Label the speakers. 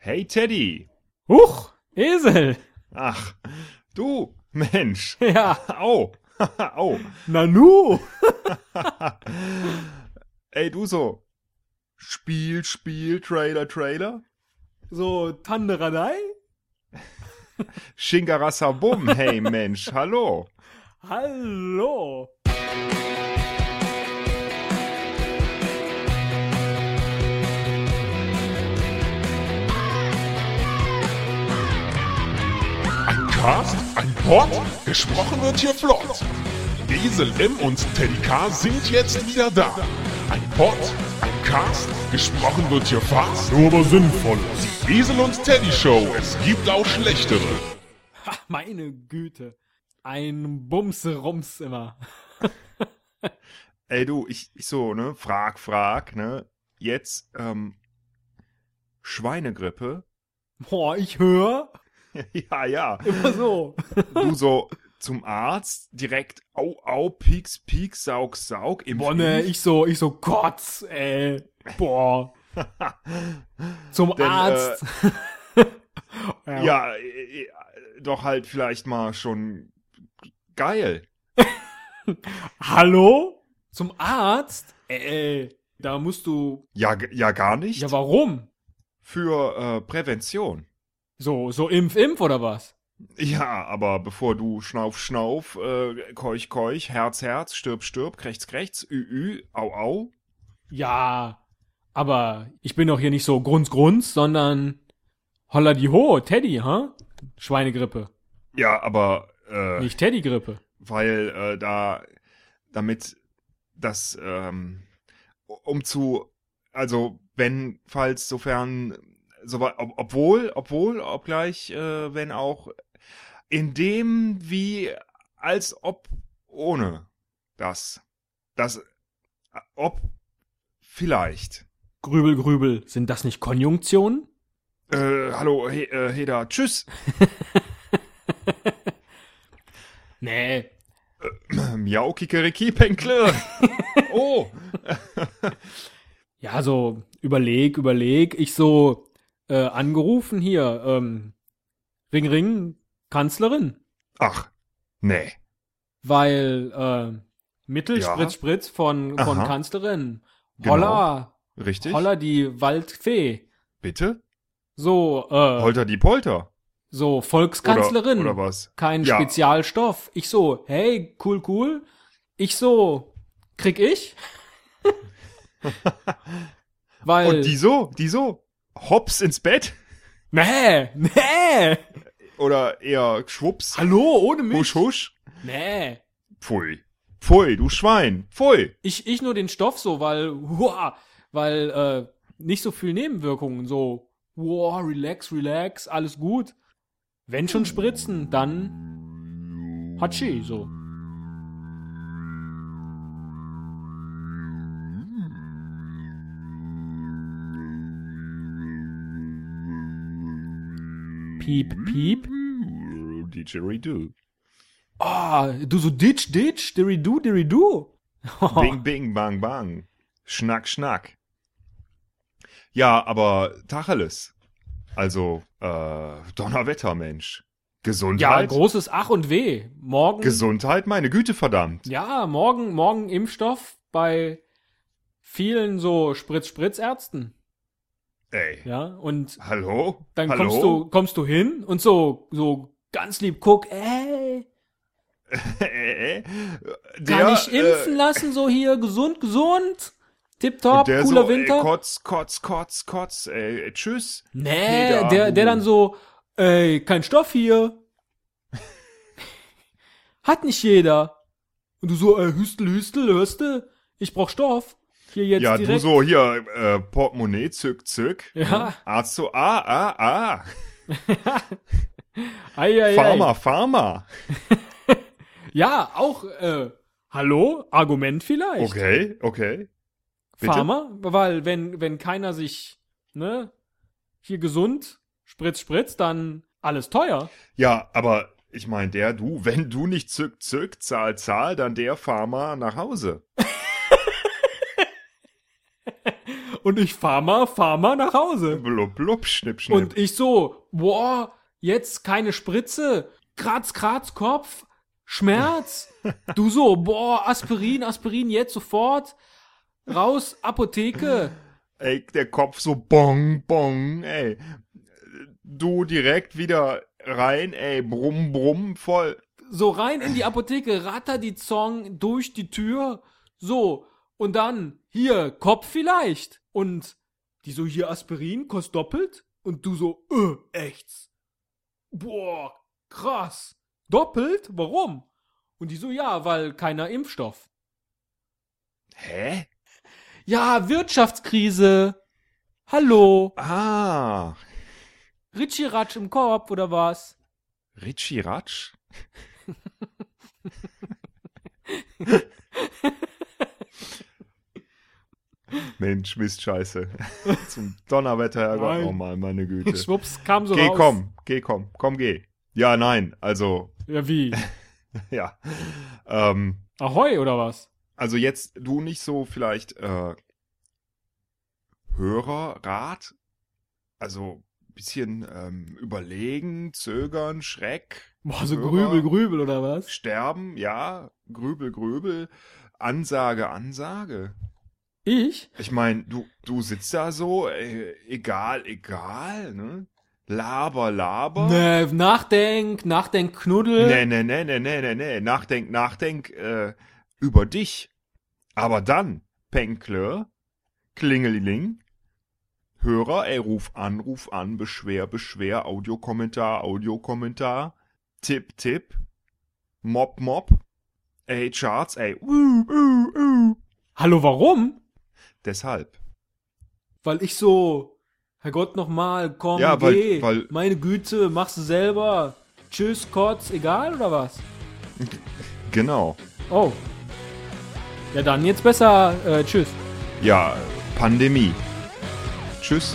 Speaker 1: Hey Teddy.
Speaker 2: Huch, Esel.
Speaker 1: Ach, du, Mensch.
Speaker 2: Ja.
Speaker 1: Au. Au.
Speaker 2: Nanu.
Speaker 1: Ey, du so. Spiel, Spiel, Trailer, Trailer.
Speaker 2: So, Tanderanei.
Speaker 1: Shingarasa Bum. Hey Mensch, hallo.
Speaker 2: Hallo.
Speaker 3: Ein Cast, ein Pod, gesprochen wird hier flott. Esel M und Teddy K sind jetzt wieder da. Ein Pod, ein Cast, gesprochen wird hier fast, nur aber sinnvoll. Die Esel und Teddy Show, es gibt auch schlechtere.
Speaker 2: Ha, meine Güte. Ein Bumse-Rums immer.
Speaker 1: Ey, du, ich, ich so, ne? Frag, frag, ne? Jetzt, ähm, Schweinegrippe.
Speaker 2: Boah, ich höre
Speaker 1: ja, ja.
Speaker 2: immer so.
Speaker 1: Du so zum Arzt, direkt au, au, pieks, pieks, saug, saug. Im
Speaker 2: Boah, ne, ich so, ich so, Kotz, ey. Boah. Zum
Speaker 1: Denn, äh,
Speaker 2: Arzt.
Speaker 1: Ja, äh, äh, doch halt vielleicht mal schon geil.
Speaker 2: Hallo? Zum Arzt? Ey, da musst du.
Speaker 1: Ja, g- ja gar nicht.
Speaker 2: Ja, warum?
Speaker 1: Für äh, Prävention.
Speaker 2: So, so Impf, Impf oder was?
Speaker 1: Ja, aber bevor du Schnauf, Schnauf, äh, Keuch, Keuch, Herz, Herz, Stirb, Stirb, Krechts, Krechts, Ü, Ü, Au, Au.
Speaker 2: Ja, aber ich bin doch hier nicht so Grunz, Grunz, sondern Holla die Ho, Teddy, ha? Schweinegrippe.
Speaker 1: Ja, aber äh,
Speaker 2: Nicht Teddygrippe.
Speaker 1: weil äh, da, damit das, ähm, um zu, also wenn, falls, sofern, so, ob, obwohl, obwohl, obgleich, äh, wenn auch, in dem wie, als ob, ohne das, das, äh, ob, vielleicht.
Speaker 2: Grübel, Grübel, sind das nicht Konjunktionen?
Speaker 1: Äh, hallo, He äh, Heda, tschüss.
Speaker 2: Nee.
Speaker 1: Miau, Kikeriki, Penkle. oh,
Speaker 2: Ja, so, überleg, überleg. Ich so, äh, angerufen hier, ähm, Ring, Ring, Kanzlerin.
Speaker 1: ach, nee.
Speaker 2: Weil, äh, Mittel,
Speaker 1: Ja.
Speaker 2: Spritz, Spritz von, von
Speaker 1: Aha.
Speaker 2: Kanzlerin.
Speaker 1: Genau.
Speaker 2: Holla,
Speaker 1: Richtig?
Speaker 2: holla die Waldfee.
Speaker 1: Bitte?
Speaker 2: So, äh,
Speaker 1: Polter die Polter.
Speaker 2: so, Volkskanzlerin.
Speaker 1: Oder, oder was?
Speaker 2: Kein
Speaker 1: Ja.
Speaker 2: Spezialstoff. Ich so, hey, cool, cool. Ich so, krieg ich? Weil,
Speaker 1: Und die so, die so. Hops ins Bett?
Speaker 2: nee, nee,
Speaker 1: Oder eher schwupps?
Speaker 2: hallo, ohne mich.
Speaker 1: Husch, husch?
Speaker 2: Nee,
Speaker 1: Pfui. Pfui, du Schwein. Pfui.
Speaker 2: ich, ich nur den Stoff so, weil, hua, weil, äh, nicht so viel Nebenwirkungen, so, wow, relax, relax, alles gut. Wenn schon spritzen, dann Hatschi, so. Piep, piep.
Speaker 1: Didgeridoo.
Speaker 2: Ah, du so ditch, ditch, diridu, diridu.
Speaker 1: Bing, bing, bang, bang. Schnack, schnack. Ja, aber Tacheles. Also, äh, Donnerwetter, Mensch.
Speaker 2: Ja,
Speaker 1: Gesundheit.
Speaker 2: großes Ach und Weh. Morgen.
Speaker 1: Gesundheit, meine Güte, verdammt.
Speaker 2: ja, morgen, morgen Impfstoff bei vielen so Spritz-Spritz-Ärzten.
Speaker 1: Ey.
Speaker 2: Ja, und
Speaker 1: Hallo?
Speaker 2: dann
Speaker 1: Hallo?
Speaker 2: kommst du, kommst du hin und so, so ganz lieb guck, ey,
Speaker 1: Äh, äh, der, äh,
Speaker 2: kann ich impfen lassen, so hier, gesund, gesund, tipptopp,
Speaker 1: und der
Speaker 2: cooler
Speaker 1: so, Ey,
Speaker 2: Winter.
Speaker 1: kotz, kotz, kotz, kotz, ey, äh, tschüss.
Speaker 2: nee,
Speaker 1: Peter,
Speaker 2: der, der
Speaker 1: du.
Speaker 2: dann so, ey, kein Stoff hier. Hat nicht jeder. Und du so, ey, Hüstel, Hüstel, Hüstel, ich brauch Stoff. Hier jetzt
Speaker 1: Ja, du
Speaker 2: direkt.
Speaker 1: so, hier, äh, Portemonnaie, zück, zück.
Speaker 2: Ja.
Speaker 1: Arzt so, ah, ah, ah.
Speaker 2: Ei, ei, ei.
Speaker 1: Pharma, Pharma.
Speaker 2: Ja, auch, äh, hallo? Argument vielleicht.
Speaker 1: Okay, okay. bitte?
Speaker 2: Pharma, weil wenn, wenn keiner sich, ne, hier gesund, spritz, spritz, dann alles teuer.
Speaker 1: Ja, aber ich mein, der, du, wenn du nicht zück, zück, zahl, zahl, dann der Pharma nach Hause.
Speaker 2: Und ich fahr mal, fahr mal nach Hause.
Speaker 1: Blub, blub, schnipp, schnipp.
Speaker 2: Und ich so, boah, jetzt keine Spritze, kratz, kratz, Kopf, Schmerz. Du so, boah, Aspirin, Aspirin, jetzt sofort, raus, Apotheke.
Speaker 1: ey, der Kopf so bong, bong, ey. Du direkt wieder rein, ey, brumm, brumm, voll.
Speaker 2: So rein in die Apotheke, ratter die Zong durch die Tür, so. Und dann, hier, Kopf vielleicht. Und die so, hier Aspirin, kostet doppelt. Und du so, äh, echt. Boah, krass. Doppelt? Warum? Und die so, ja, weil keiner Impfstoff.
Speaker 1: Hä?
Speaker 2: Ja, Wirtschaftskrise. Hallo.
Speaker 1: Ah,
Speaker 2: Ritchie Ratsch im Korb, oder was?
Speaker 1: Ritchie Ratsch? Mensch, Mist, Scheiße. Zum Donnerwetter, Herrgott,
Speaker 2: Nein.
Speaker 1: nochmal, meine Güte.
Speaker 2: Schwupps, kam so
Speaker 1: geh,
Speaker 2: raus.
Speaker 1: komm, geh, komm, komm, geh. Ja, nein, also,
Speaker 2: Ja, wie?
Speaker 1: ja. Ähm,
Speaker 2: Ahoi, oder was?
Speaker 1: also jetzt du nicht so vielleicht äh, Hörerrat, also bisschen ähm, überlegen, zögern, Schreck,
Speaker 2: Boah, so
Speaker 1: Hörer.
Speaker 2: Grübel, Grübel, oder was?
Speaker 1: sterben, ja, Grübel, Grübel, Ansage, Ansage.
Speaker 2: Ich?
Speaker 1: Ich meine, du du sitzt da so, äh, egal, egal, ne? Laber, laber.
Speaker 2: Ne, nachdenk, nachdenk, knuddel.
Speaker 1: Nee, nee, nee, nee, nee, nee, nee. Nachdenk, nachdenk äh, über dich. Aber dann, Penkle, Klingeliling, Hörer, ey, ruf an, ruf an, Beschwer, Beschwer, Audiokommentar, Audiokommentar, Tipp, Tipp, Mob, Mob, ey, Charts, ey, uh, uh, uh.
Speaker 2: Hallo, warum?
Speaker 1: Deshalb.
Speaker 2: Weil ich so, Herrgott, nochmal, komm,
Speaker 1: Ja, weil-
Speaker 2: geh.
Speaker 1: weil-
Speaker 2: Meine Güte, machst du selber. Tschüss, Kotz, egal, oder was?
Speaker 1: Genau.
Speaker 2: Oh. Ja, dann jetzt besser. Äh, tschüss.
Speaker 1: Ja, Pandemie. Tschüss.